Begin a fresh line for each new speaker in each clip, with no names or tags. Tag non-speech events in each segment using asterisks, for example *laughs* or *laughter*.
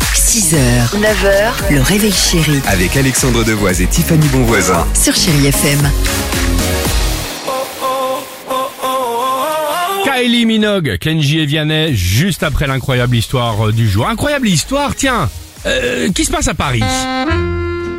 6h, 9h, le réveil chéri
Avec Alexandre Devoise et Tiffany Bonvoisin.
sur Chéri FM.
Kylie Minogue, Kenji et Vianney, juste après l'incroyable histoire euh, du jour. Incroyable histoire, tiens, euh, qui se passe à Paris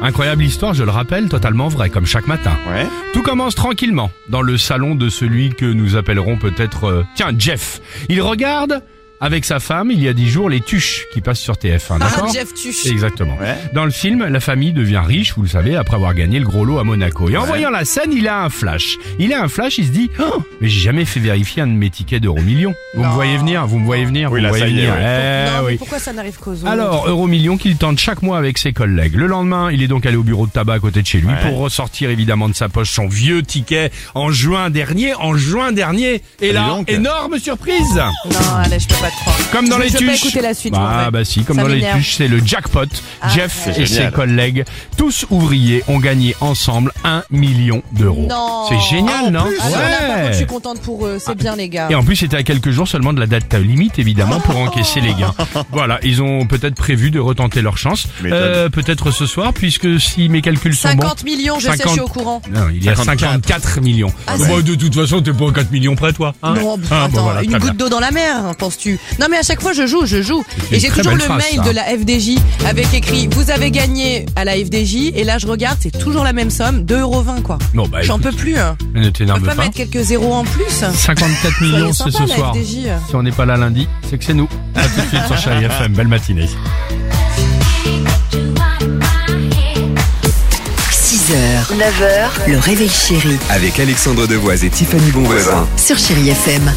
Incroyable histoire, je le rappelle, totalement vrai, comme chaque matin.
Ouais.
Tout commence tranquillement, dans le salon de celui que nous appellerons peut-être, euh, tiens, Jeff. Il regarde, avec sa femme, il y a dix jours, les tuches qui passent sur TF1,
Ah,
d'accord Eh
Jeff Tuche.
Exactement.
Ouais.
Dans le film, la famille devient riche, vous le savez, après avoir gagné le gros lot à Monaco. Et en voyant la scène, il a un flash. Il a un flash, il se dit oh, Mais j'ai jamais fait vérifier un de mes tickets d'euro million. Vous me voyez venir, vous me voyez venir,
Oui,
vous me
là,
voyez
ça y est,
venir.
ouais.
Eh
Non, mais
oui.
pourquoi ça n'arrive qu'aux autres
Alors, Euromillion qu'il tente chaque mois avec ses collègues. Le lendemain, il est donc allé au bureau de tabac à côté de chez lui pour ressortir évidemment de sa poche son vieux ticket en juin dernier, en juin dernier. Et là,
donc.
énorme surprise
Non, allez, je peux pas te croire.
comme dans
je,
les
je
tuches.
peux pas écouter la suite. moi, en
bah,
fait.
bah si, comme
Ça
dans les
m'énerve.
tuches, c'est le jackpot.
Ah,
Jeff
ouais.
et ses
Génial.
collègues, tous ouvriers, ont gagné ensemble 1 million d'euros.
Non.
C'est génial,
Ah, en
non
plus,
Ouais.
là, par contre, je suis contente pour eux. C'est bien, les gars.
Et en plus, c'était à quelques jours seulement de la date limite, évidemment, pour encaisser les
*laughs*
gains. Voilà, ils ont peut-être prévu de retenter leur chance.
M'étonne.
Euh, peut-être ce soir, puisque si mes calculs sont bons.
50 millions, je sais, je
50.
suis au courant.
Non, il y a 54,
54.
millions.
Ah,
Bah,
c'est-
de toute façon, t'es pas aux 4 millions près, toi. hein
Non, pff,
Ah,
attends,
bon, voilà,
une
très bien.
goutte d'eau dans la mer, hein, penses-tu Non, mais à chaque fois, je joue, je joue.
C'est
Et
une
j'ai
très
toujours
belle
le
phrase,
mail
ça.
de la FDJ avec écrit Vous avez gagné à la FDJ. Et là, je regarde, c'est toujours la même somme, 2,20€ quoi.
Bon, bah,
J'en
écoute,
peux plus. Hein.
ne
Je
t'énerve
peux pas,
pas.
mettre quelques zéros en plus.
54 millions,
Soyez
c'est
sympa,
ce
la
soir.
FDJ.
Si on n'est pas là lundi, c'est que c'est nous. À tout de suite sur Chérie FM. Belle matinée.
6h, 9h, le réveil chéri
Avec Alexandre Devoise et Tiffany Bonvoisin.
sur Chéri FM.